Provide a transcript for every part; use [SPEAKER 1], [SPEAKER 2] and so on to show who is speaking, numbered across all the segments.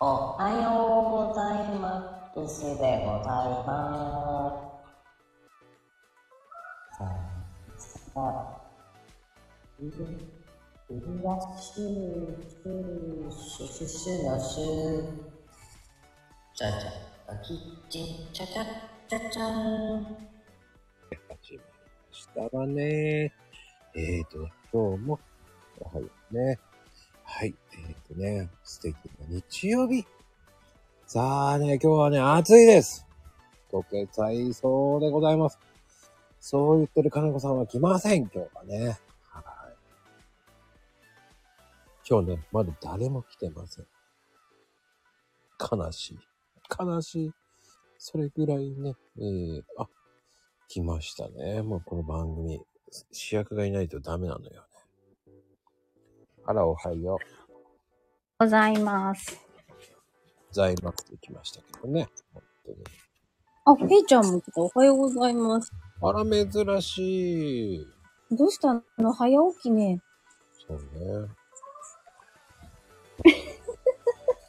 [SPEAKER 1] おはようございます。でございます。さあ、いる、いるらしい、しゅ、しゅ、しゅのしゅ。じゃじゃ、キッチン、ちゃちゃ、ちゃちゃーん。
[SPEAKER 2] 始まりましたわね。えーとね、今日も、おはようね。はい、えーとね、素敵な日曜日。さあね、今日はね、暑いです。溶けちゃいそうでございます。そう言ってる金子さんは来ません、今日はね。はい。今日ね、まだ誰も来てません。悲しい。悲しい。それぐらいね、えー、あ、来ましたね。もうこの番組、主役がいないとダメなのよね。あら、おはよう
[SPEAKER 3] ございます。
[SPEAKER 2] ございますって来ましたけどね。本当に。
[SPEAKER 3] あ、フェイちゃんも来た。おはようございます。
[SPEAKER 2] あら、珍しい。
[SPEAKER 3] どうしたの早起きね。
[SPEAKER 2] そう ね。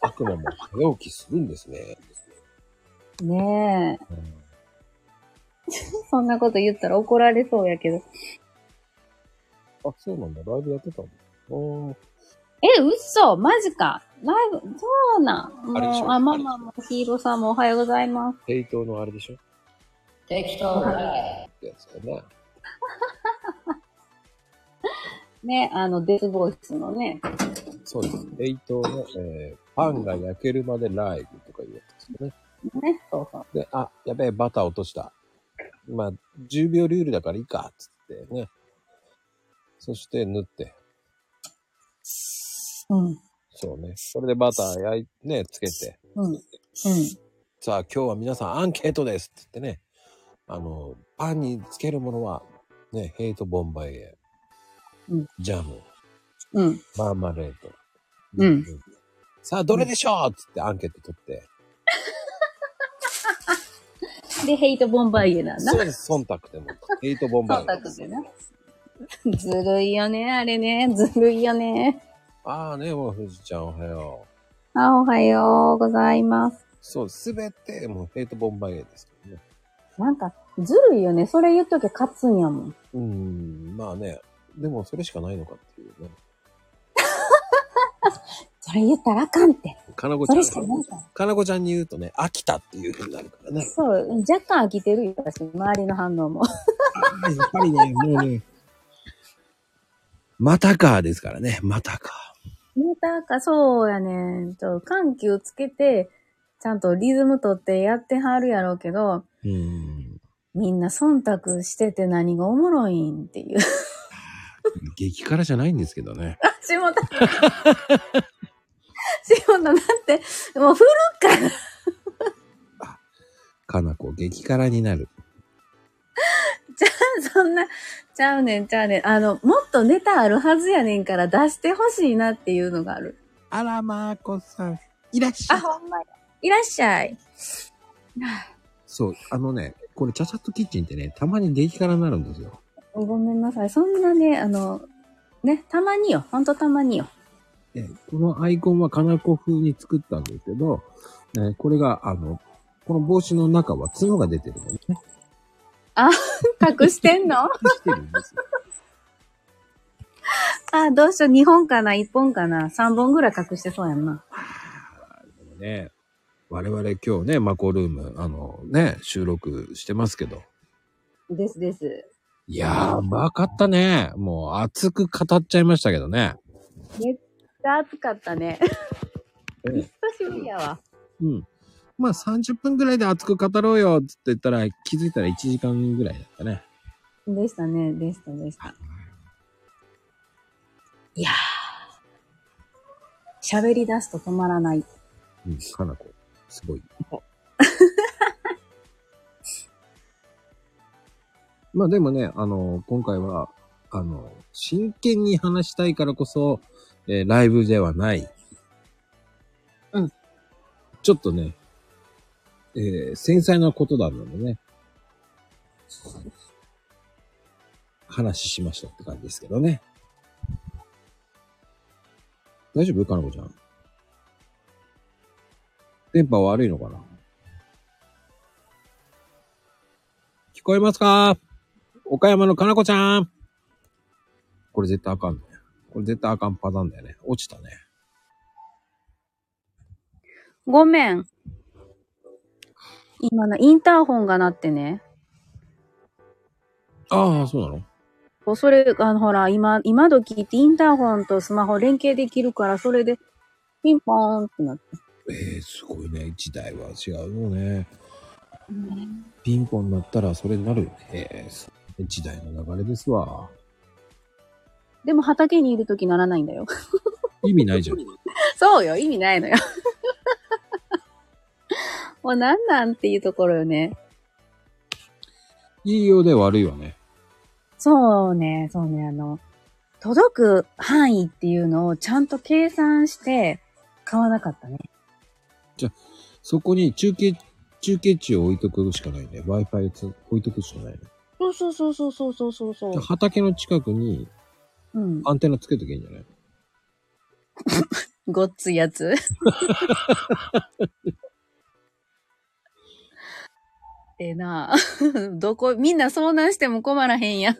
[SPEAKER 2] 悪魔も早起きするんですね。
[SPEAKER 3] ねえ。
[SPEAKER 2] うん
[SPEAKER 3] そんなこと言ったら怒られそうやけど。
[SPEAKER 2] あ、そうなんだ。ライブやってたのおー
[SPEAKER 3] え、嘘マジか。ライブ、そうなん。も
[SPEAKER 2] あれでし
[SPEAKER 3] う、
[SPEAKER 2] ょ
[SPEAKER 3] あ、ママもヒーローさんもおはようございます。
[SPEAKER 2] 冷凍のあれでしょっ
[SPEAKER 1] 適当だ
[SPEAKER 2] てやつだよね。
[SPEAKER 3] ね、あの、デスボイスのね。
[SPEAKER 2] そうです。冷凍の、えー、パンが焼けるまでライブとかいうやつですね。
[SPEAKER 3] ね、そうそう。
[SPEAKER 2] で、あ、やべえ、バター落とした。まあ、10秒ルールだからいいか、つってね。そして塗って。
[SPEAKER 3] うん、
[SPEAKER 2] そうね。それでバター焼いね、つけて。
[SPEAKER 3] うん、うん。
[SPEAKER 2] さあ、今日は皆さんアンケートですって言ってね。あの、パンにつけるものは、ね、ヘイトボンバイエ。
[SPEAKER 3] うん
[SPEAKER 2] ジャム、
[SPEAKER 3] うん、
[SPEAKER 2] マーマレード。
[SPEAKER 3] うん
[SPEAKER 2] さあ、どれでしょうっつってアンケート取って。
[SPEAKER 3] で、ヘイトボンバイエなんだ。
[SPEAKER 2] そうです、忖度でも。ヘイトボンバイ
[SPEAKER 3] 忖
[SPEAKER 2] エ。
[SPEAKER 3] 度でな。ずるいよね、あれね。ずるいよね。
[SPEAKER 2] ああね、もう藤ちゃんおはよう。
[SPEAKER 3] あ、おはようございます。
[SPEAKER 2] そう、すべて、もう、ヘイトボンバイエですけどね。
[SPEAKER 3] なんか、ずるいよね。それ言っときゃ勝つんやもん。
[SPEAKER 2] うーん、まあね、でもそれしかないのかっていうね。
[SPEAKER 3] それ言ったらあかんって。
[SPEAKER 2] かなこち
[SPEAKER 3] そ
[SPEAKER 2] ゃ、
[SPEAKER 3] れしかなんいか
[SPEAKER 2] かなこちゃんに言うとね、飽きたっていうふうになるから
[SPEAKER 3] ら。
[SPEAKER 2] ね。
[SPEAKER 3] そう、若干飽きてるよ、私。周りの反応 も。
[SPEAKER 2] あーやっぱりね、もうね、またかですからね、またか。
[SPEAKER 3] またか、そうやねん。と、緩急つけて、ちゃんとリズムとってやってはるやろうけど、
[SPEAKER 2] うーん、
[SPEAKER 3] みんな忖度してて何がおもろいんって いう。
[SPEAKER 2] 激辛じゃないんですけどね。
[SPEAKER 3] あ、下田。下田、だって、 もう古っから。
[SPEAKER 2] かなこ、激辛になる。
[SPEAKER 3] そんな、ちゃうねん、ちゃうねん。あの、もっとネタあるはずやねんから出してほしいなっていうのがある。
[SPEAKER 2] あら、まーこさん、いらっし
[SPEAKER 3] あ、。ほんまや。いらっしゃい。
[SPEAKER 2] そう、あのね、これ、ちゃちゃっとキッチンってね、たまに激辛になるんですよ。
[SPEAKER 3] ごめんなさい。そんなね、あの、ね、たまによ。ほんとたまによ。
[SPEAKER 2] で、このアイコンは金子風に作ったんですけど、えーこれが、あの、この帽子の中は角が出てるのね。
[SPEAKER 3] 隠してんの
[SPEAKER 2] してるんですよ。
[SPEAKER 3] あ、どうしよう。2本かな ?1 本かな ?3 本ぐらい隠してそうやんな。
[SPEAKER 2] でもね、我々今日ね、マコルーム、あのね、収録してますけど。
[SPEAKER 3] ですです。
[SPEAKER 2] いやー、うまかったね。もう熱く語っちゃいましたけどね。
[SPEAKER 3] めっちゃ暑かったね。
[SPEAKER 2] ええ
[SPEAKER 3] 久しぶりやわ。
[SPEAKER 2] うん。まあ30分ぐらいで熱く語ろうよって言ったら、気づいたら1時間ぐらいだったね。
[SPEAKER 3] でしたね。でした、でした。いやー。喋り出すと止まらない。
[SPEAKER 2] うん、かなこ、すごい。 まあでもね、あの、今回は、あの、真剣に話したいからこそ、えーライブではない。
[SPEAKER 3] うん。
[SPEAKER 2] ちょっとね、えー繊細なことなのでね、話しましたって感じですけどね。大丈夫かなこちゃん。電波悪いのかな聞こえますか岡山のかなこちゃん。これ絶対あかんね。これ絶対あかんパターンだよね。落ちたね。
[SPEAKER 3] ごめん。今のインターホンが鳴ってね。
[SPEAKER 2] ああ、そうなの
[SPEAKER 3] こうそれ、あの、ほら、今、今時ってインターホンとスマホ連携できるから、それで、ピンポーンってなって。
[SPEAKER 2] ええすごいね。時代は違うよね。ピンポンなったらそれになるよね。ええす時代の流れですわ。
[SPEAKER 3] でも畑にいるときならないんだよ。
[SPEAKER 2] 意味ないじゃん。
[SPEAKER 3] そうよ、意味ないのよ。 もうなんなんっていうところよね。
[SPEAKER 2] いいようで悪いよね。
[SPEAKER 3] そうね、そうね、あの、届く範囲っていうのをちゃんと計算して買わなかったね。
[SPEAKER 2] そこに中継、中継値を置いとくしかないね。Wi-Fi つ置いとくしかないね。
[SPEAKER 3] そうそうそうそうそうそうそうそう。
[SPEAKER 2] 畑の近くに
[SPEAKER 3] うん。
[SPEAKER 2] アンテナつけとけばいいんじゃない
[SPEAKER 3] ごっついやつ。 ええなあ どこ、みんな遭難しても困らへんやん。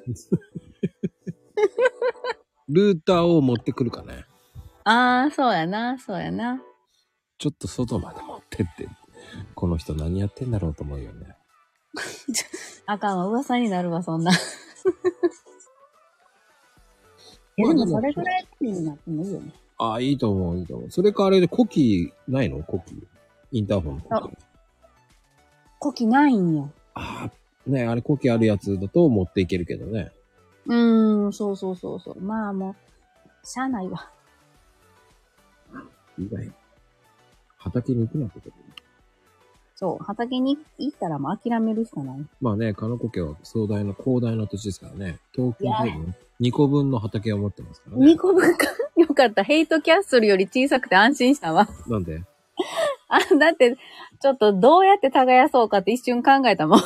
[SPEAKER 2] ルーターを持ってくるかね。
[SPEAKER 3] ああ、そうやな、そうやな。
[SPEAKER 2] ちょっと外まで持ってって。この人何やってんだろうと思うよね。
[SPEAKER 3] あかんわ、噂になるわ、そ んな。いや、でもそれぐらいになってもいいよね。
[SPEAKER 2] ああ、いいと思う、いいと思う。それかあれでコキないのコキ。インターホンのコキ。
[SPEAKER 3] 古希ないんよ。
[SPEAKER 2] ああ、ねあれコキあるやつだと持っていけるけどね。
[SPEAKER 3] うーん、そうそうそうそう。まあもう、しゃあないわ。
[SPEAKER 2] 意外。畑に行くなんてこと。
[SPEAKER 3] そう、畑に行ったらもう諦めるしかない。
[SPEAKER 2] まあね、カノコ家は壮大な広大な土地ですからね。東京ドーム2個分の畑を持ってますからね
[SPEAKER 3] 2。個分か。 よかった。ヘイトキャッスルより小さくて安心したわ。
[SPEAKER 2] なんで
[SPEAKER 3] あ、だって、ちょっとどうやって耕そうかって一瞬考えたも ん。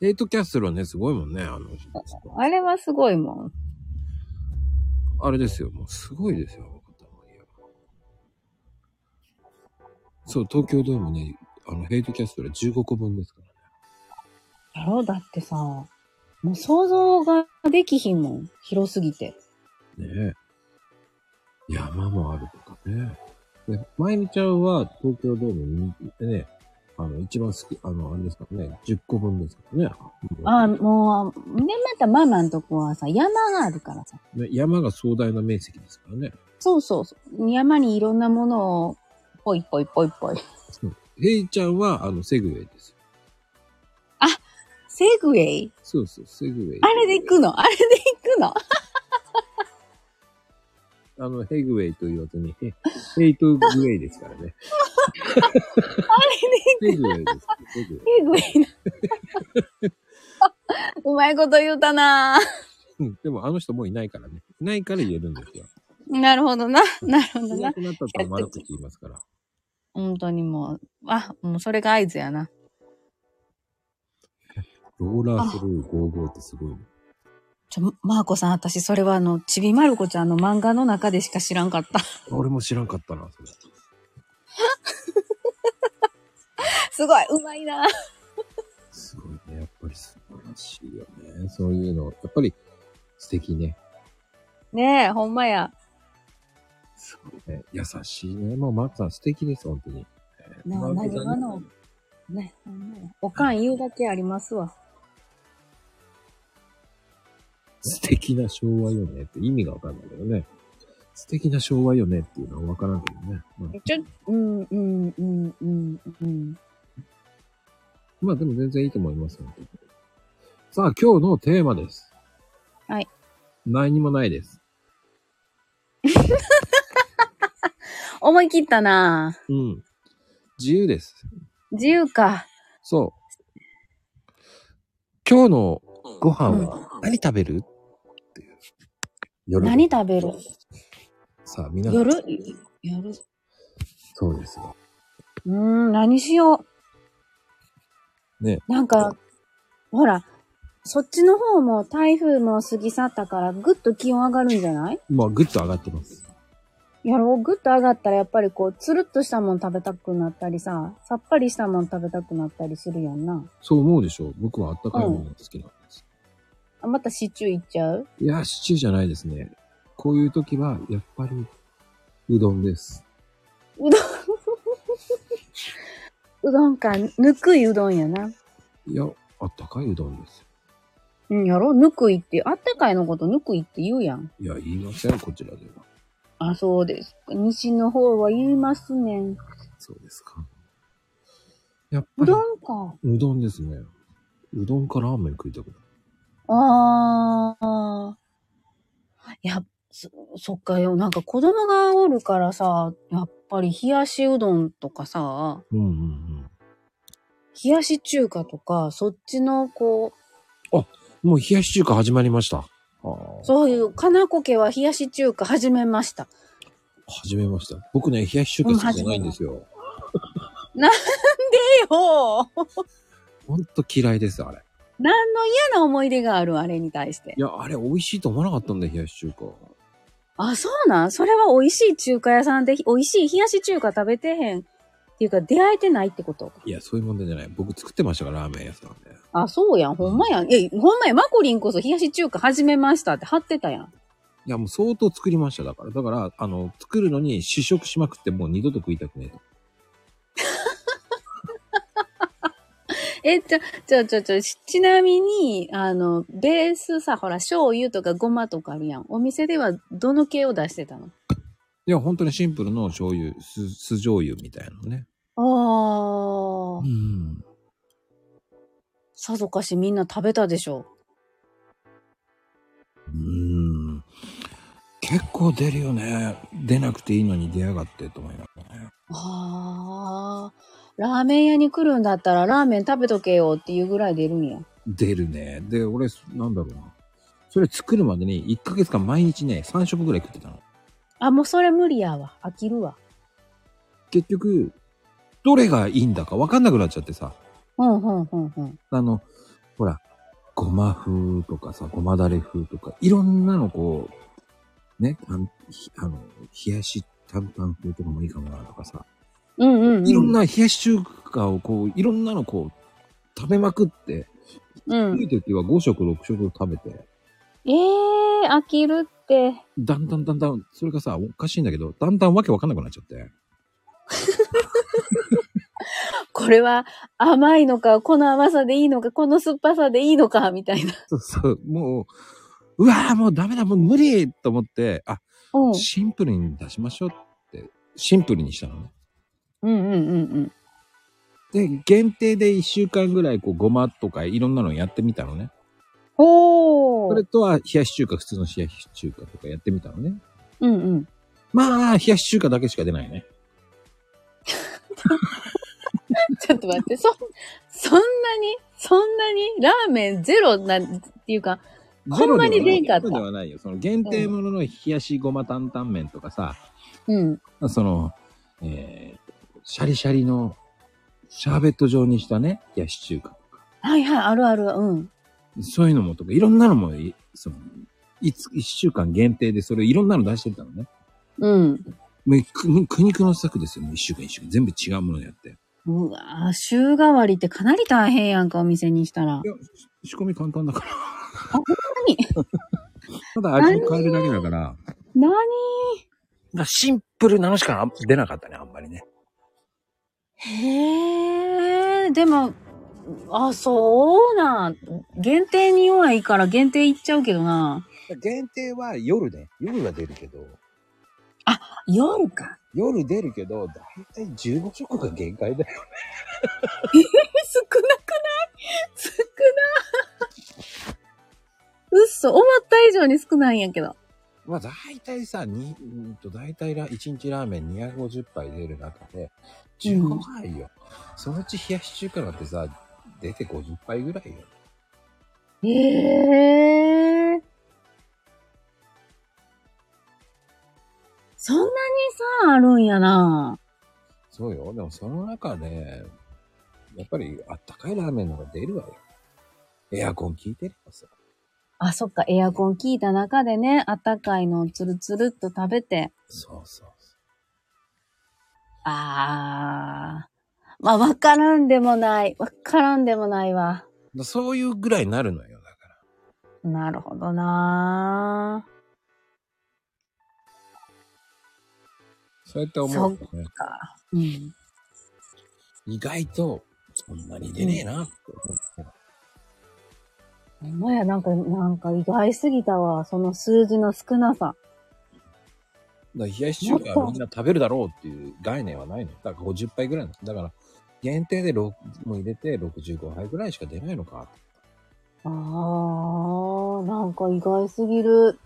[SPEAKER 2] エイトキャッスルはね、すごいもんね。あの、
[SPEAKER 3] あれはすごいもん。
[SPEAKER 2] あれですよ。もうすごいですよ。そう、東京ドームね、あの、ヘイトキャッスルは15個分ですからね。
[SPEAKER 3] やろだってさ、もう想像ができひんもん。広すぎて。
[SPEAKER 2] ねえ。山もあるとかね。で、まゆみちゃんは東京ドームにね、あの、一番好き、あの、あれですからね、10個分ですからね。
[SPEAKER 3] あ、もう、ね、またママのとこはさ、山があるからさ。
[SPEAKER 2] ね山が壮大な面積ですからね。
[SPEAKER 3] そうそうそう。山にいろんなものを、ぽいぽいぽいぽい。
[SPEAKER 2] ヘイちゃんは、あの、セグウェイですよ。
[SPEAKER 3] セグウェイ
[SPEAKER 2] そうそう、セグウェイ。
[SPEAKER 3] あれで行くのあれで行くの
[SPEAKER 2] あの、ヘグウェイと言わずに、ヘヘイトグウェイですからね。あれヘグウェイです。ヘグウェイ。
[SPEAKER 3] セグウェイな。 うまいこと言うたなぁ
[SPEAKER 2] うんでもあの人もういないからね。いないから言えるんですよ。
[SPEAKER 3] なるほどな。なるほど
[SPEAKER 2] い
[SPEAKER 3] な
[SPEAKER 2] な。くなったと悪口言いますから。
[SPEAKER 3] 本当にもう、あ、もうそれが合図やな。
[SPEAKER 2] ローラースルー55ってすごいね。
[SPEAKER 3] ちょ、マーコさん、私、それはあの、ちびまる子ちゃんの漫画の中でしか知らんかった。
[SPEAKER 2] 俺も知らんかったな、それ。
[SPEAKER 3] すごい、うまいな。
[SPEAKER 2] すごいね。やっぱり素晴らしいよね。そういうの。やっぱり素敵ね。
[SPEAKER 3] ねえ、ほんまや。
[SPEAKER 2] すごいね。優しいね。もうマークさん素敵です、本当に。
[SPEAKER 3] な
[SPEAKER 2] マ
[SPEAKER 3] あ、
[SPEAKER 2] ー
[SPEAKER 3] な
[SPEAKER 2] ク
[SPEAKER 3] ぎ
[SPEAKER 2] さん
[SPEAKER 3] わの、ね、ほんまや。おかん言うだけありますわ。
[SPEAKER 2] 素敵な昭和よねって意味がわかんないけどね。素敵な昭和よねっていうのはわからんけどね。まあ
[SPEAKER 3] ちょ、うん、うん、うん、うん、うん。
[SPEAKER 2] まあでも全然いいと思いますよ。さあ、今日のテーマです。
[SPEAKER 3] はい。
[SPEAKER 2] 何もないです。
[SPEAKER 3] 思い切ったな
[SPEAKER 2] うん。自由です。
[SPEAKER 3] 自由か。
[SPEAKER 2] そう。今日のご飯は何食べる、っていう。夜
[SPEAKER 3] 何食べる
[SPEAKER 2] さあ、皆さん。
[SPEAKER 3] 夜夜
[SPEAKER 2] そうですよ。
[SPEAKER 3] うーん、何しよう。
[SPEAKER 2] ね。
[SPEAKER 3] なんか、ほら、そっちの方も台風も過ぎ去ったから、ぐっと気温上がるんじゃない
[SPEAKER 2] まあ、ぐっと上がってます。
[SPEAKER 3] やろうぐっと上がったら、やっぱりこう、つるっとしたもん食べたくなったりさ、さっぱりしたもん食べたくなったりするやんな。
[SPEAKER 2] そう思うでしょ僕はあったかいものが好きなんです。
[SPEAKER 3] あ、またシチューいっちゃう
[SPEAKER 2] いや、シチューじゃないですね。こういう時は、やっぱり、うどんです。
[SPEAKER 3] うどんか、ぬくいうどんやな。
[SPEAKER 2] いや、あったかいうどんです。
[SPEAKER 3] うん、やろぬくいって、あったかいのことぬくいって言うやん。
[SPEAKER 2] いや、言いません、こちらでは。
[SPEAKER 3] あ、そうです。西の方は言いますねん。
[SPEAKER 2] そうですか。やっぱ
[SPEAKER 3] う
[SPEAKER 2] り
[SPEAKER 3] ど、んか。
[SPEAKER 2] うどんですね。うどんかラーメン食いたくなる。
[SPEAKER 3] ああ。いや、そ、そっかよ。なんか子供がおるからさ、やっぱり冷やしうどんとかさ、
[SPEAKER 2] うんうん
[SPEAKER 3] 冷やし中華とか、そっちのこ
[SPEAKER 2] うん。もう冷やし中華始まりました。あ
[SPEAKER 3] う、
[SPEAKER 2] あ。
[SPEAKER 3] そういう、かなこ家は冷やし中華始めました。
[SPEAKER 2] 始めました。僕ね、冷やし中華好きじゃないんですよ。
[SPEAKER 3] えほう
[SPEAKER 2] ほんと嫌いです、あれ。
[SPEAKER 3] 何の嫌な思い出があるあれに対して
[SPEAKER 2] い。や、あれ美味しいと思わなかったんだよ、冷やし中華。
[SPEAKER 3] あ、そうなんそれは美味しい中華屋さんで、美味しい冷やし中華食べてへん。っていうか、出会えてないってこと。
[SPEAKER 2] いや、そういう問題じゃない。僕作ってましたから、ラーメン屋さんで。
[SPEAKER 3] あ、そうやん。ほんまやん。え、ほんまや。マコリンこそ冷やし中華始めましたって貼ってたやん。
[SPEAKER 2] いや、もう相当作りました、だから。だから、あの、作るのに試食しまくって、もう二度と食いたくねえ。
[SPEAKER 3] え、ちょ、ちょ、ちょ、ちょ、ちちなみに、あの、ベースさ、ほら、醤油とかごまとかあるやん。お店ではどの系を出してたの
[SPEAKER 2] いや、本当にシンプルの醤油、酢、酢醤油みたいなのね。
[SPEAKER 3] あ
[SPEAKER 2] う
[SPEAKER 3] ー。
[SPEAKER 2] ん。
[SPEAKER 3] さぞかしみんな食べたでしょ
[SPEAKER 2] うーん結構出るよね。出なくていいのに出やがってと思いながらね。
[SPEAKER 3] う。あー。ラーメン屋に来るんだったらラーメン食べとけよっていうぐらい出るんや。
[SPEAKER 2] 出るね。で、俺、なんだろうな。それ作るまでに1ヶ月間毎日ね、3食ぐらい食ってたの。
[SPEAKER 3] あ、もうそれ無理やわ。飽きるわ。
[SPEAKER 2] 結局、どれがいいんだかわかんなくなっちゃってさ。
[SPEAKER 3] うん、うん、うん、うん。
[SPEAKER 2] あの、ほら、ごま風とかさ、ごまだれ風とか、いろんなのこう、ね、あんひあの、冷やし担々風とかもいいかもなとかさ。
[SPEAKER 3] うん、うん、うん。
[SPEAKER 2] いろんな冷やし中華をこう、いろんなのこう、食べまくって、
[SPEAKER 3] うん
[SPEAKER 2] いい時は5食、6食食べて、
[SPEAKER 3] ええー、飽きるって。
[SPEAKER 2] だんだんだんだん、それがさ、おかしいんだけど、だんだんわけわかんなくなっちゃって。
[SPEAKER 3] これは甘いのか、この甘さでいいのか、この酸っぱさでいいのか、みたいな。
[SPEAKER 2] そうそう、もう、うわぁ、もうダメだ、もう無理と思って、あ、
[SPEAKER 3] うん。うん
[SPEAKER 2] シンプルに出しましょうって、シンプルにしたのね。
[SPEAKER 3] うんうんうん。
[SPEAKER 2] で、限定で1週間ぐらい、こう、ごまとかいろんなのやってみたのね。
[SPEAKER 3] ほ
[SPEAKER 2] それ
[SPEAKER 3] ー。
[SPEAKER 2] とは、冷やし中華、普通の冷やし中華とかやってみたのね。
[SPEAKER 3] うんうん。
[SPEAKER 2] まあ、冷やし中華だけしか出ないね。
[SPEAKER 3] ちょっと待って、そ、そんなに、そんなに、ラーメンゼロな、っていうか、ほんまに出んかった
[SPEAKER 2] ゼロではないよ。その限定ものの冷やしごま担々麺とかさ、
[SPEAKER 3] うん。
[SPEAKER 2] その、えー、シャリシャリのシャーベット状にしたね、冷やし中華とか。
[SPEAKER 3] はいはい、あるある、うん。
[SPEAKER 2] そういうのもとか、いろんなのもい、その、いつ、一週間限定でそれいろんなの出してたのね。
[SPEAKER 3] うん。
[SPEAKER 2] もう苦苦肉の策ですよ、もう一週間一週間。全部違うものやって。
[SPEAKER 3] うわぁ、週替わりってかなり大変やんか、お店にしたら
[SPEAKER 2] い。や、仕込み簡単だから。
[SPEAKER 3] に
[SPEAKER 2] ただ味を変えるだけだから、だか
[SPEAKER 3] 何
[SPEAKER 2] らシンプルなのしか出なかったね、あんまりね。
[SPEAKER 3] へえ、でも、あ、そうなん。限定に弱いから限定行っちゃうけどな。
[SPEAKER 2] 限定は夜ね。夜は出るけど、
[SPEAKER 3] 夜か。
[SPEAKER 2] 夜出るけど、だいたい15食が限界だよ。
[SPEAKER 3] え、 少なくない少ない。うっそ、思った以上に少ないんやけど。
[SPEAKER 2] まあだいたいさ、に、うんとだいたいら1日ラーメン250杯出る中で、15杯よ。そのうち冷やし中華なんてさ、出て50杯ぐらいよ。
[SPEAKER 3] ええ。そんなにさ、あるんやな。
[SPEAKER 2] そうよ。でもその中で、やっぱりあったかいラーメンの方が出るわよ。エアコン効いてればさ。
[SPEAKER 3] あ、そっか、エアコン効いた中でね、あったかいのをつるつるっと食べて、
[SPEAKER 2] そうそうそ
[SPEAKER 3] あー。まあ、わからんでもない。わからんでもないわ。
[SPEAKER 2] う。だそういうぐらいになるのよ、だから。
[SPEAKER 3] なるほどな
[SPEAKER 2] そうやって思うとね、
[SPEAKER 3] ー。うん。
[SPEAKER 2] 意外と、そんなに出ねえなって思う。
[SPEAKER 3] ほんまや、なんか、なんか意外すぎたわ。その数字の少な
[SPEAKER 2] だ
[SPEAKER 3] さ。
[SPEAKER 2] から冷やし中華はみんな食べるだろうっていう概念はないの。だから50杯ぐらいなの。だから、限定で6も入れて65杯ぐらいしか出ないのか。
[SPEAKER 3] あー、なんか意外すぎる。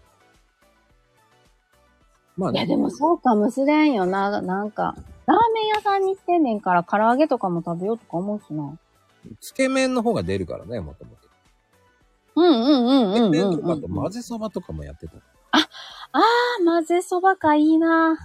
[SPEAKER 2] まあ
[SPEAKER 3] いや、
[SPEAKER 2] ね、
[SPEAKER 3] でもそうかもしれんよな。なんか、ラーメン屋さんに行ってんねんから、唐揚げとかも食べようとか思うしな。
[SPEAKER 2] つけ麺の方が出るからね、もともと。
[SPEAKER 3] うんうんうんうんうん、
[SPEAKER 2] 麺
[SPEAKER 3] う
[SPEAKER 2] と
[SPEAKER 3] ん。あ
[SPEAKER 2] かと混ぜそばとかもやってた。
[SPEAKER 3] ー、混ぜそばかいいな。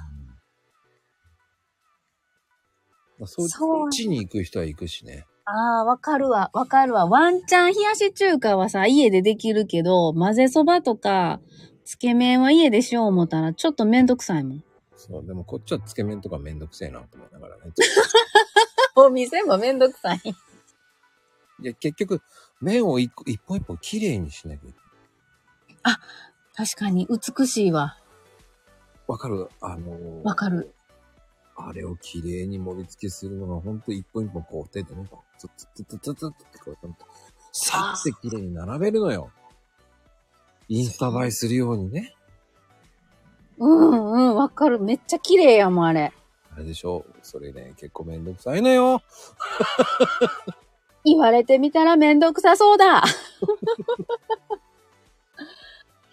[SPEAKER 2] まあ、そう
[SPEAKER 3] そう
[SPEAKER 2] そっちに行く人は行くしね。
[SPEAKER 3] あー、わかるわ。わかるわ。ワンチャン冷やし中華はさ、家でできるけど、混ぜそばとか、つけ麺は家でしよう思ったら、ちょっとめんどくさいもん。
[SPEAKER 2] そう、でもこっちはつけ麺とかめんどくせえなと思いながらね。
[SPEAKER 3] お店もめんどくさい。
[SPEAKER 2] いや、結局、麺を一個一本一本きれいにしなきゃいけない。
[SPEAKER 3] 確かに、美しいわ。
[SPEAKER 2] わかるあのー
[SPEAKER 3] わかる。
[SPEAKER 2] あれをきれいに盛り付けするのが、ほんと一本一本こう手でね、ツッツッツッツッツッツッってこうやって、さってきれいに並べるのよ。インスタ映えするようにね。
[SPEAKER 3] うんうん、わかる。めっちゃ綺麗やもん、あれ。
[SPEAKER 2] あれでしょそれね、結構めんどくさいのよ。
[SPEAKER 3] 言われてみたらめんどくさそう だ。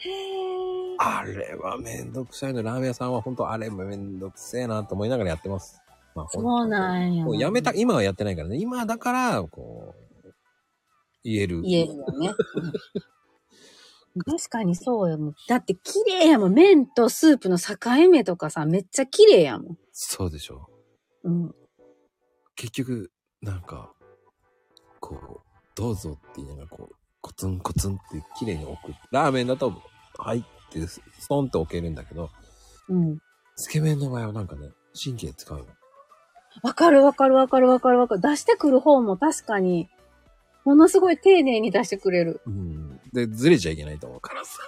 [SPEAKER 3] へー
[SPEAKER 2] あれはめんどくさいの。ラーメン屋さんは本当あれめんどくせえなと思いながらやってます。まあ、ほん
[SPEAKER 3] そうなんや。
[SPEAKER 2] もうやめた、。今はやってないからね。今だから、こう、言える。
[SPEAKER 3] 言えるよ ね。確かにそうやもん。だって綺麗やもん。麺とスープの境目とかさ、めっちゃ綺麗やもん。
[SPEAKER 2] そうでしょ
[SPEAKER 3] うん。
[SPEAKER 2] 結局、なんか、こう、どうぞって言いながら、こう、コツンコツンって綺麗に置く。ラーメンだと、はいって、ストンって置けるんだけど、
[SPEAKER 3] うん。
[SPEAKER 2] つけ麺の場合はなんかね、神経使うの。
[SPEAKER 3] わかるわかるわかるわかるわかる。出してくる方も確かに、ものすごい丁寧に出してくれる。
[SPEAKER 2] うん。で、ずれちゃいけないと思うからさ。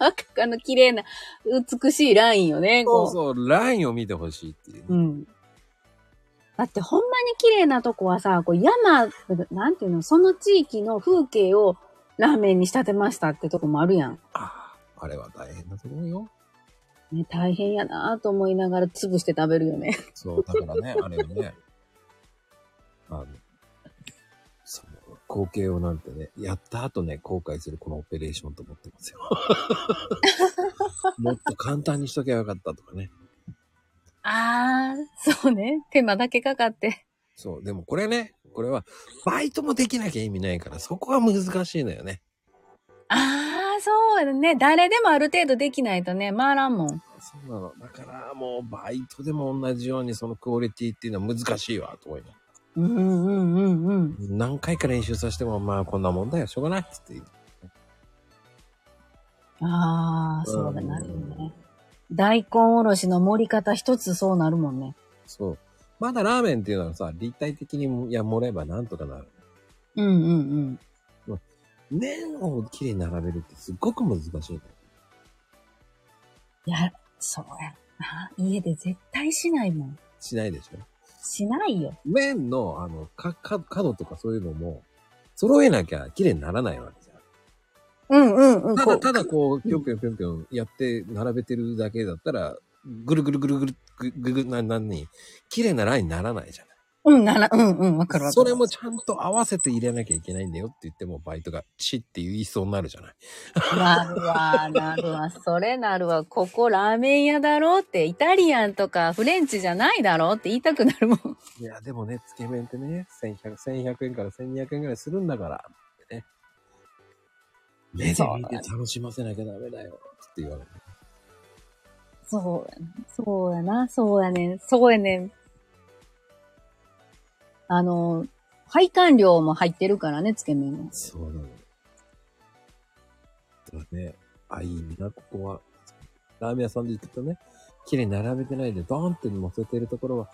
[SPEAKER 3] あ あの、綺麗な、美しいラインよね。
[SPEAKER 2] そ
[SPEAKER 3] こ
[SPEAKER 2] うそう、ラインを見てほしいっていうね、
[SPEAKER 3] うん。だってほんまに綺麗なとこはさ、こう山、なんていうの、その地域の風景をラーメンに仕立てましたってとこもあるやん。
[SPEAKER 2] ああ、あれは大変だと思うよ。
[SPEAKER 3] ね、大変やなぁと思いながら潰して食べるよね。
[SPEAKER 2] そう、だからね、あれをね、あの、その光景をなんてね、やった後ね、後悔するこのオペレーションと思ってますよ。もっと簡単にしときゃよかったとかね。
[SPEAKER 3] あー、そうね。手間だけかかって。
[SPEAKER 2] そう、でもこれね、これは、バイトもできなきゃ意味ないから、そこは難しいのよね。
[SPEAKER 3] あー、そうだね。誰でもある程度できないとね、回らんもん。
[SPEAKER 2] そうなの。だから、もう、バイトでも同じように、そのクオリティっていうのは難しいわ、と思いながら
[SPEAKER 3] うんうんうんうん。
[SPEAKER 2] 何回か練習させても、まあ、こんなもんだよ、しょうがないっつって。
[SPEAKER 3] あー、そう
[SPEAKER 2] う
[SPEAKER 3] だ
[SPEAKER 2] ん
[SPEAKER 3] なるよね。大根おろしの盛り方一つそうなるもんね。
[SPEAKER 2] そう。まだラーメンっていうのはさ、立体的にや盛ればなんとかなる。
[SPEAKER 3] うんうんうん。
[SPEAKER 2] 麺をきれいに並べるってすっごく難しいんだよ。
[SPEAKER 3] いや、そうやな。家で絶対しないもん。
[SPEAKER 2] しないでしょ
[SPEAKER 3] しないよ。
[SPEAKER 2] 麺の、あの、か、か、角とかそういうのも、揃えなきゃきれいにならないわけじゃん。
[SPEAKER 3] うんうんうん。
[SPEAKER 2] ただ、
[SPEAKER 3] こ
[SPEAKER 2] ただこう、ぴょんぴょんぴょんぴょんやって並べてるだけだったら、ぐるぐるぐるぐる、ぐぐぐな、なに、きれいなラインにならないじゃん。
[SPEAKER 3] ううん、なら、うんうん、わかるわかる。
[SPEAKER 2] それもちゃんと合わせて入れなきゃいけないんだよって言っても、バイトがチって言いそうになるじゃない。
[SPEAKER 3] なるわ、なる わ。それなるわ。ここラーメン屋だろうって、イタリアンとかフレンチじゃないだろうって言いたくなるもん。
[SPEAKER 2] いや、でもね、つけ麺ってね、1100、1100円から1200円ぐらいするんだから、ってね。目で
[SPEAKER 3] そう
[SPEAKER 2] 見て楽しませなきゃダメだよ、って言われる。
[SPEAKER 3] そうやな。そうやな。そうやねん。そうやねん。あの、配管量も入ってるからね、つけ麺も。
[SPEAKER 2] そうなの。だね。あ、いいな、ここは。ラーメン屋さんで行くとね、綺麗に並べてないで、ドーンって乗せてるところは、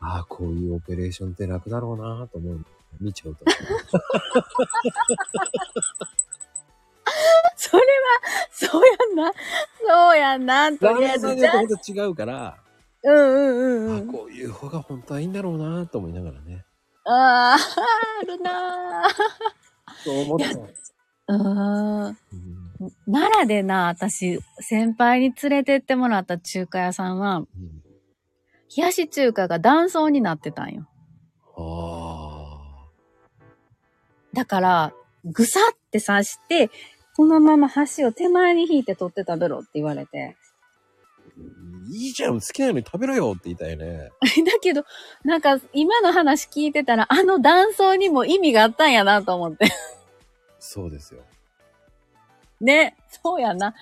[SPEAKER 2] ああ、こういうオペレーションって楽だろうなと思う。見ちゃうと。
[SPEAKER 3] それは、そうやんな。そうやん
[SPEAKER 2] ラ
[SPEAKER 3] な。と
[SPEAKER 2] ー
[SPEAKER 3] り
[SPEAKER 2] メン屋
[SPEAKER 3] あえ
[SPEAKER 2] さ
[SPEAKER 3] ず、
[SPEAKER 2] ん
[SPEAKER 3] じ
[SPEAKER 2] に
[SPEAKER 3] ゃあ、
[SPEAKER 2] よと違うから、
[SPEAKER 3] うんうんうん
[SPEAKER 2] あ
[SPEAKER 3] うん。
[SPEAKER 2] こういう方が本当はいいんだろうなと思いながらね。
[SPEAKER 3] ああ、あるな
[SPEAKER 2] そう思った。
[SPEAKER 3] ー。うーん。
[SPEAKER 2] うん
[SPEAKER 3] 奈良でな、私、先輩に連れてってもらった中華屋さんは、
[SPEAKER 2] うん
[SPEAKER 3] 冷やし中華が断層になってたんよ。
[SPEAKER 2] あ
[SPEAKER 3] だから、ぐさって刺して、このまま箸を手前に引いて取って食べろって言われて。
[SPEAKER 2] ーいいじゃん、好きなのに食べろよって言いたいね。
[SPEAKER 3] だけど、なんか今の話聞いてたら、あの断層にも意味があったんやなと思って。
[SPEAKER 2] そうですよ。
[SPEAKER 3] ね、そうやな。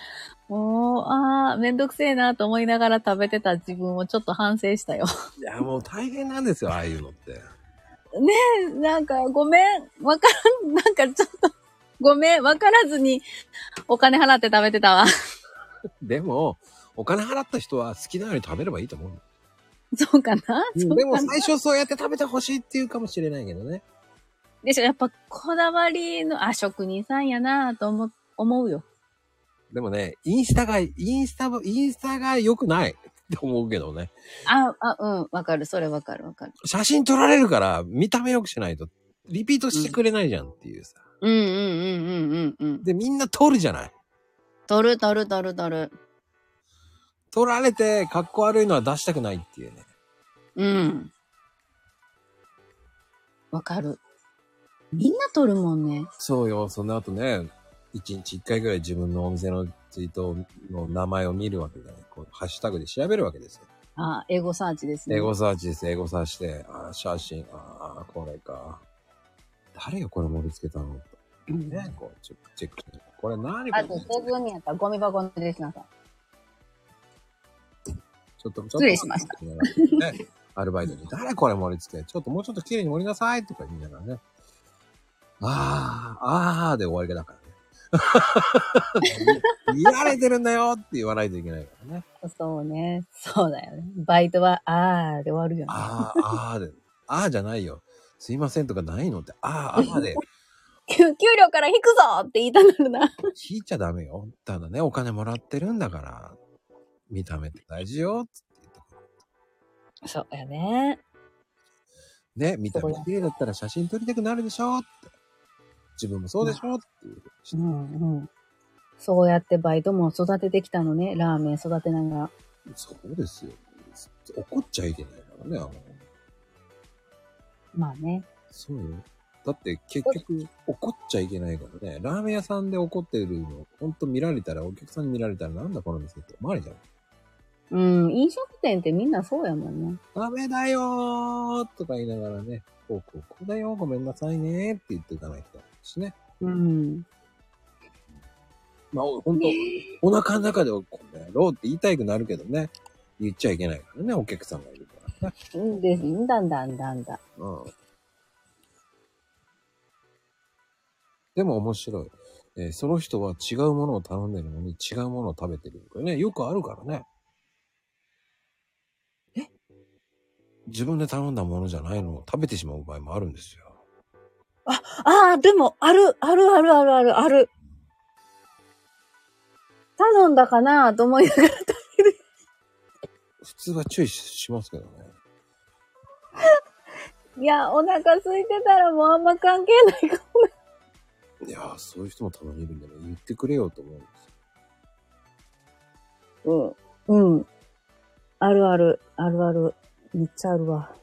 [SPEAKER 3] もう、あー、めんどくせえなと思いながら食べてた自分をちょっと反省したよ。
[SPEAKER 2] いや、もう大変なんですよ、ああいうのって。
[SPEAKER 3] なんか、ごめん、わからん、なんかちょっと、ごめん、わからずにお金払って食べてたわ。
[SPEAKER 2] でも、お金払った人は好きなように食べればいいと思う。
[SPEAKER 3] そうかな、そう
[SPEAKER 2] でも
[SPEAKER 3] かな
[SPEAKER 2] 最初そうやって食べてほしいっていうかもしれないけどね。
[SPEAKER 3] でしょ、やっぱこだわりの、あ、職人さんやなと思、思うよ。
[SPEAKER 2] でもね、インスタが、インスタも、インスタが良くないって思うけどね。
[SPEAKER 3] あ、あ、うん、わかる、それわかるわかる。
[SPEAKER 2] 写真撮られるから見た目良くしないと、リピートしてくれないじゃんっていうさ。
[SPEAKER 3] うんうんうんうんうんうん。
[SPEAKER 2] で、みんな撮るじゃない。
[SPEAKER 3] 取る取る取る取る。
[SPEAKER 2] 撮られて、格好悪いのは出したくないっていうね。
[SPEAKER 3] うん。わかる。みんな取るもんね。
[SPEAKER 2] そうよ、その後ね、一日一回ぐらい自分のお店のツイートの名前を見るわけじゃない。こう、ハッシュタグで調べるわけですよ。
[SPEAKER 3] あ、エゴサーチですね。
[SPEAKER 2] エゴサーチです、エゴサーチで、あー写真、あーこれか。誰がこれ盛り付けたの
[SPEAKER 3] うん
[SPEAKER 2] ね、こう、チェック、チェックして。これ何
[SPEAKER 3] あ、
[SPEAKER 2] ことれ
[SPEAKER 3] 自分にやったらゴミ箱に出てきなさい。
[SPEAKER 2] ちょっと、ちょっと。
[SPEAKER 3] 失礼しました
[SPEAKER 2] た。ね、アルバイトに、誰これ盛り付けちょっともうちょっと綺麗に盛りなさいとか言いながらね。ああ、ああで終わりだからね。 見られてるんだよって言わないといけないからね。
[SPEAKER 3] そうね。そうだよね。バイトは、あーで終わるよね。
[SPEAKER 2] ああ、ああで、ああじゃないよ。すいませんとかないのって、ああ、ああで、
[SPEAKER 3] 給給料から引くぞって言いたなるな。
[SPEAKER 2] 聞いちゃダメよ。ただね、お金もらってるんだから、見た目って大事よって言って
[SPEAKER 3] そうだよね。
[SPEAKER 2] ね、見た目綺麗だったら写真撮りたくなるでしょって。自分もそうでしょっていう
[SPEAKER 3] う
[SPEAKER 2] うん
[SPEAKER 3] うん。そうやってバイトも育ててきたのね。ラーメン育てながら。
[SPEAKER 2] そうですよ。怒っちゃいけないからね、あの。
[SPEAKER 3] まあね。
[SPEAKER 2] そうよ。だって結局怒っちゃいけないからね。ラーメン屋さんで怒ってるの、ほんと見られたら、お客さんに見られたらなんだこの店って思われちゃう。
[SPEAKER 3] うん。飲食店ってみんなそうやもんね。
[SPEAKER 2] ダメだよーとか言いながらね、こうこうこうだよ、ごめんなさいねーって言っていかないとだしね。
[SPEAKER 3] うん。
[SPEAKER 2] まあ、ほんと、お腹の中でこうね、ローって言いたくなるけどね、言っちゃいけないからね、お客さんがいるからね。
[SPEAKER 3] うんです。だんだんだんだん。
[SPEAKER 2] うん。でも面白い。えーその人は違うものを頼んでるのに違うものを食べてる。これね、よくあるからね。
[SPEAKER 3] え
[SPEAKER 2] 自分で頼んだものじゃないのを食べてしまう場合もあるんですよ。
[SPEAKER 3] ああ、でも、ある、あるあるあるあるある。頼んだかなと思いながら。
[SPEAKER 2] 普通は注意ししますけどね。
[SPEAKER 3] いや、お腹空いてたらもうあんま関係ないかも。
[SPEAKER 2] いやー、そういう人もたまにいるんでね、言ってくれよと思うんですよ。
[SPEAKER 3] うん。うん。あるある、あるある。めっちゃあるわ。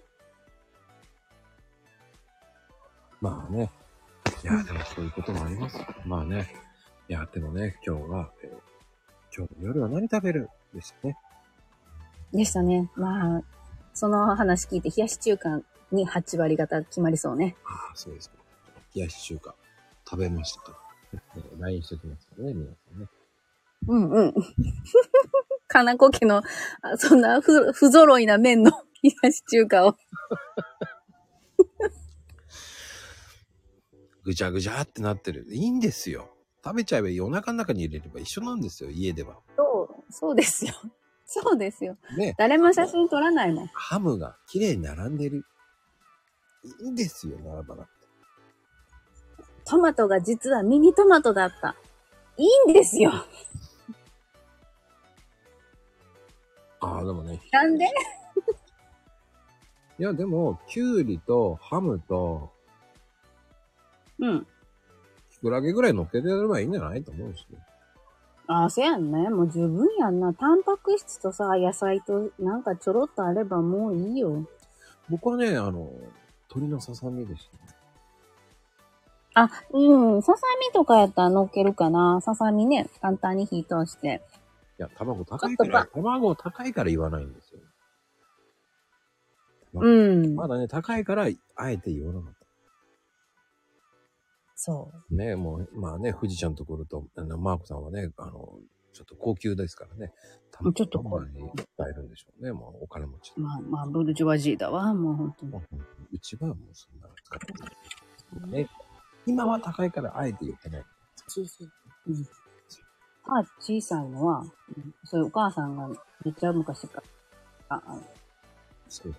[SPEAKER 2] まあね。いや、でもそういうこともあります。まあね。いや、でもね、今日は、えー今日の夜は何食べるでしたね。
[SPEAKER 3] でしたね。まあ、その話聞いて、冷やし中華に8割方決まりそうね。
[SPEAKER 2] ああ、そうですか。冷やし中華、食べま したから。ね LINE しておきますからね、皆さんね。
[SPEAKER 3] うん うん。金子家の、 あそんな不不揃いな麺の冷やし中華を。
[SPEAKER 2] ぐちゃぐちゃってなってる。いいんですよ。食べちゃえば夜中の中に入れれば一緒なんですよ、家では。
[SPEAKER 3] そう、そうですよ。 そうですよ。
[SPEAKER 2] ね、
[SPEAKER 3] 誰も写真撮らないもん。
[SPEAKER 2] ハムが綺麗に並んでる。いいんですよ、ならばな。
[SPEAKER 3] トマトが実はミニトマトだった。いいんですよ。
[SPEAKER 2] ああ、でもね。
[SPEAKER 3] なんで
[SPEAKER 2] いや、でも、キュウリとハムと
[SPEAKER 3] うん。
[SPEAKER 2] キクラゲぐらい乗っけてやればいいんじゃないと思うんですよ。
[SPEAKER 3] ああ、せやんね。もう十分やんな。タンパク質とさ、野菜となんかちょろっとあればもういいよ。
[SPEAKER 2] 僕はね、あの、鶏のささみでしたね。
[SPEAKER 3] あ、うん。ささみとかやったら乗っけるかな。ささみね、簡単に火通して。
[SPEAKER 2] いや、卵高い
[SPEAKER 3] ち
[SPEAKER 2] か
[SPEAKER 3] ょっとば
[SPEAKER 2] ら、卵高いから言わないんですよ。
[SPEAKER 3] うん。
[SPEAKER 2] まだね、高いから、あえて言わなかった。
[SPEAKER 3] そ
[SPEAKER 2] ね、もう、まあね、富士ちゃんところと、あの、マーコさんはね、あの、ちょっと高級ですからね。た
[SPEAKER 3] ちょっと
[SPEAKER 2] まにいっぱいいるんでしょうね。もうお金持ち。
[SPEAKER 3] う。まあまあ、ブルジョワジーだわ。もう本当に。
[SPEAKER 2] うちはもうそんなの使ってない。ね、今は高いからあえて言ってない。
[SPEAKER 3] 小さい。うん。歯小さいのは、うんそういうお母さんがめっちゃ昔から、ああの
[SPEAKER 2] そう。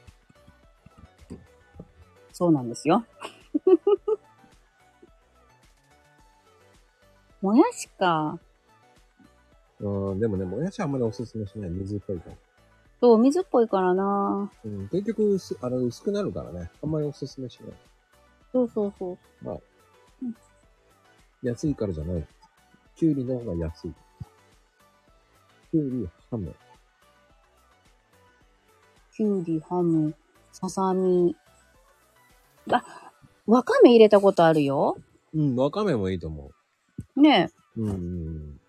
[SPEAKER 3] そうなんですよ。 もやしか。
[SPEAKER 2] うん、でもね、もやしはあんまりおすすめしない。水っぽいから。
[SPEAKER 3] そう、水っぽいからな。
[SPEAKER 2] うん、結局薄、あの、薄くなるからね。あんまりおすすめしない。
[SPEAKER 3] そうそうそう。
[SPEAKER 2] 安いからじゃない。キュウリの方が安い。キュウリ、ハム。
[SPEAKER 3] きゅうり、ハム、ささみ。あ、わかめ入れたことあるよ。
[SPEAKER 2] うん、わかめもいいと思
[SPEAKER 3] ねえ。
[SPEAKER 2] う。うんうんうん。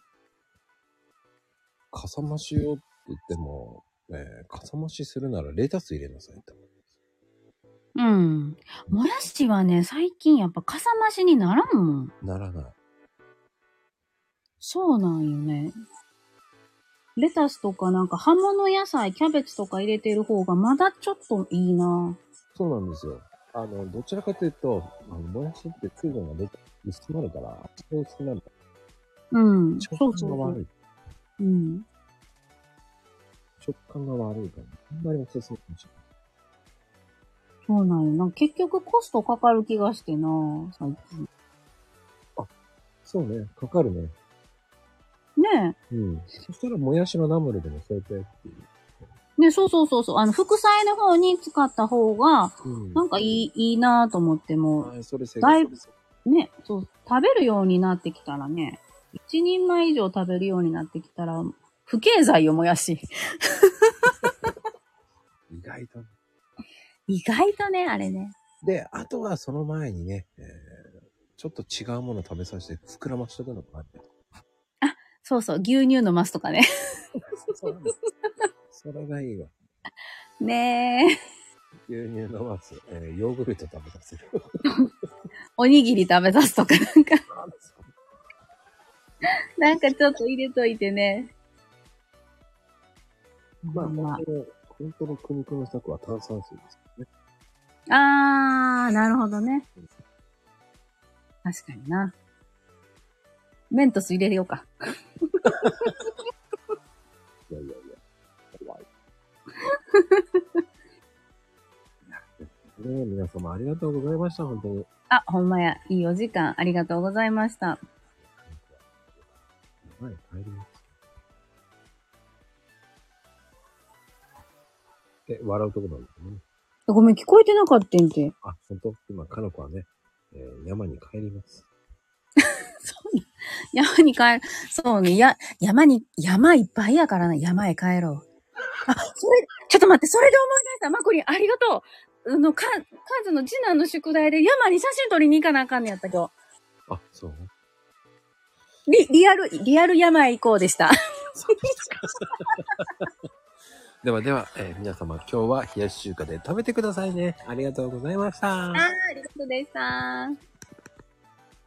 [SPEAKER 2] かさ増しをって言っても、えー、かさ増しするならレタス入れなさいって。
[SPEAKER 3] うん。もやしはね、最近やっぱかさ増しにならんもん。
[SPEAKER 2] ならない。
[SPEAKER 3] そうなんよね。レタスとかなんか葉物野菜、キャベツとか入れてる方がまだちょっといいな。
[SPEAKER 2] そうなんですよ。あの、どちらかというと、あのもやしって水分が出て薄くなるから、味が薄くなるから。
[SPEAKER 3] うん。
[SPEAKER 2] 食
[SPEAKER 3] そう
[SPEAKER 2] 感
[SPEAKER 3] そ
[SPEAKER 2] が
[SPEAKER 3] うそう。
[SPEAKER 2] 悪い。
[SPEAKER 3] うん。
[SPEAKER 2] 食感が悪いから、あんまりおすすめかもしれない。
[SPEAKER 3] そうなんよな。結局コストかかる気がしてな、最近。
[SPEAKER 2] そうね、かかるね。
[SPEAKER 3] ね
[SPEAKER 2] うん。そしたら、もやしのナムルでもそうやってやっていい。
[SPEAKER 3] え。ねそうそうそうそう。あの、副菜の方に使った方が、
[SPEAKER 2] うん
[SPEAKER 3] なんかいい、いいなと思っても、
[SPEAKER 2] はい、それ正
[SPEAKER 3] だ
[SPEAKER 2] 解
[SPEAKER 3] いぶね、そう、食べるようになってきたらね、一人前以上食べるようになってきたら、不経済よ、もやし。
[SPEAKER 2] 意外とね。
[SPEAKER 3] 意外とね、あれね。
[SPEAKER 2] で、あとはその前にね、えーちょっと違うもの食べさせて膨らましとくのかなって。
[SPEAKER 3] そうそう、牛乳飲ますとかね。
[SPEAKER 2] そうなんですそれがいいわ。
[SPEAKER 3] ねえ。
[SPEAKER 2] 牛乳飲まず、えーヨーグルト食べさせる。
[SPEAKER 3] おにぎり食べさすとか、なんか、なんかちょっと入れといてね。
[SPEAKER 2] まあ、
[SPEAKER 3] まあ
[SPEAKER 2] 本当の、本当の苦肉の策は炭酸水ですよね。
[SPEAKER 3] あー、なるほどね。確かにな。メントス入れようか。
[SPEAKER 2] いやいやいや、怖い。いやねえ皆様ありがとうございました、本当に。
[SPEAKER 3] あ、ほんまや。いいお時間。ありがとうございました。
[SPEAKER 2] はい、帰ります。え、笑うとこなんですね。
[SPEAKER 3] ごめん、聞こえてなかったんて。
[SPEAKER 2] あ、本当今、かのこはね、えー山に帰ります。
[SPEAKER 3] 山に帰る。そうね。や、山に、山いっぱいやからな。山へ帰ろう。あ、それ、ちょっと待って、それで思い出した。マコリン、ありがとう。あの、カン、カズの次男の宿題で山に写真撮りに行かなあかんねやった、今
[SPEAKER 2] あ、そう
[SPEAKER 3] 日。リ、リアル、リアル山へ行こうでした。
[SPEAKER 2] ではでは、えー皆様今日は冷やし中華で食べてくださいね。ありがとうございました。
[SPEAKER 3] ありがとうでした。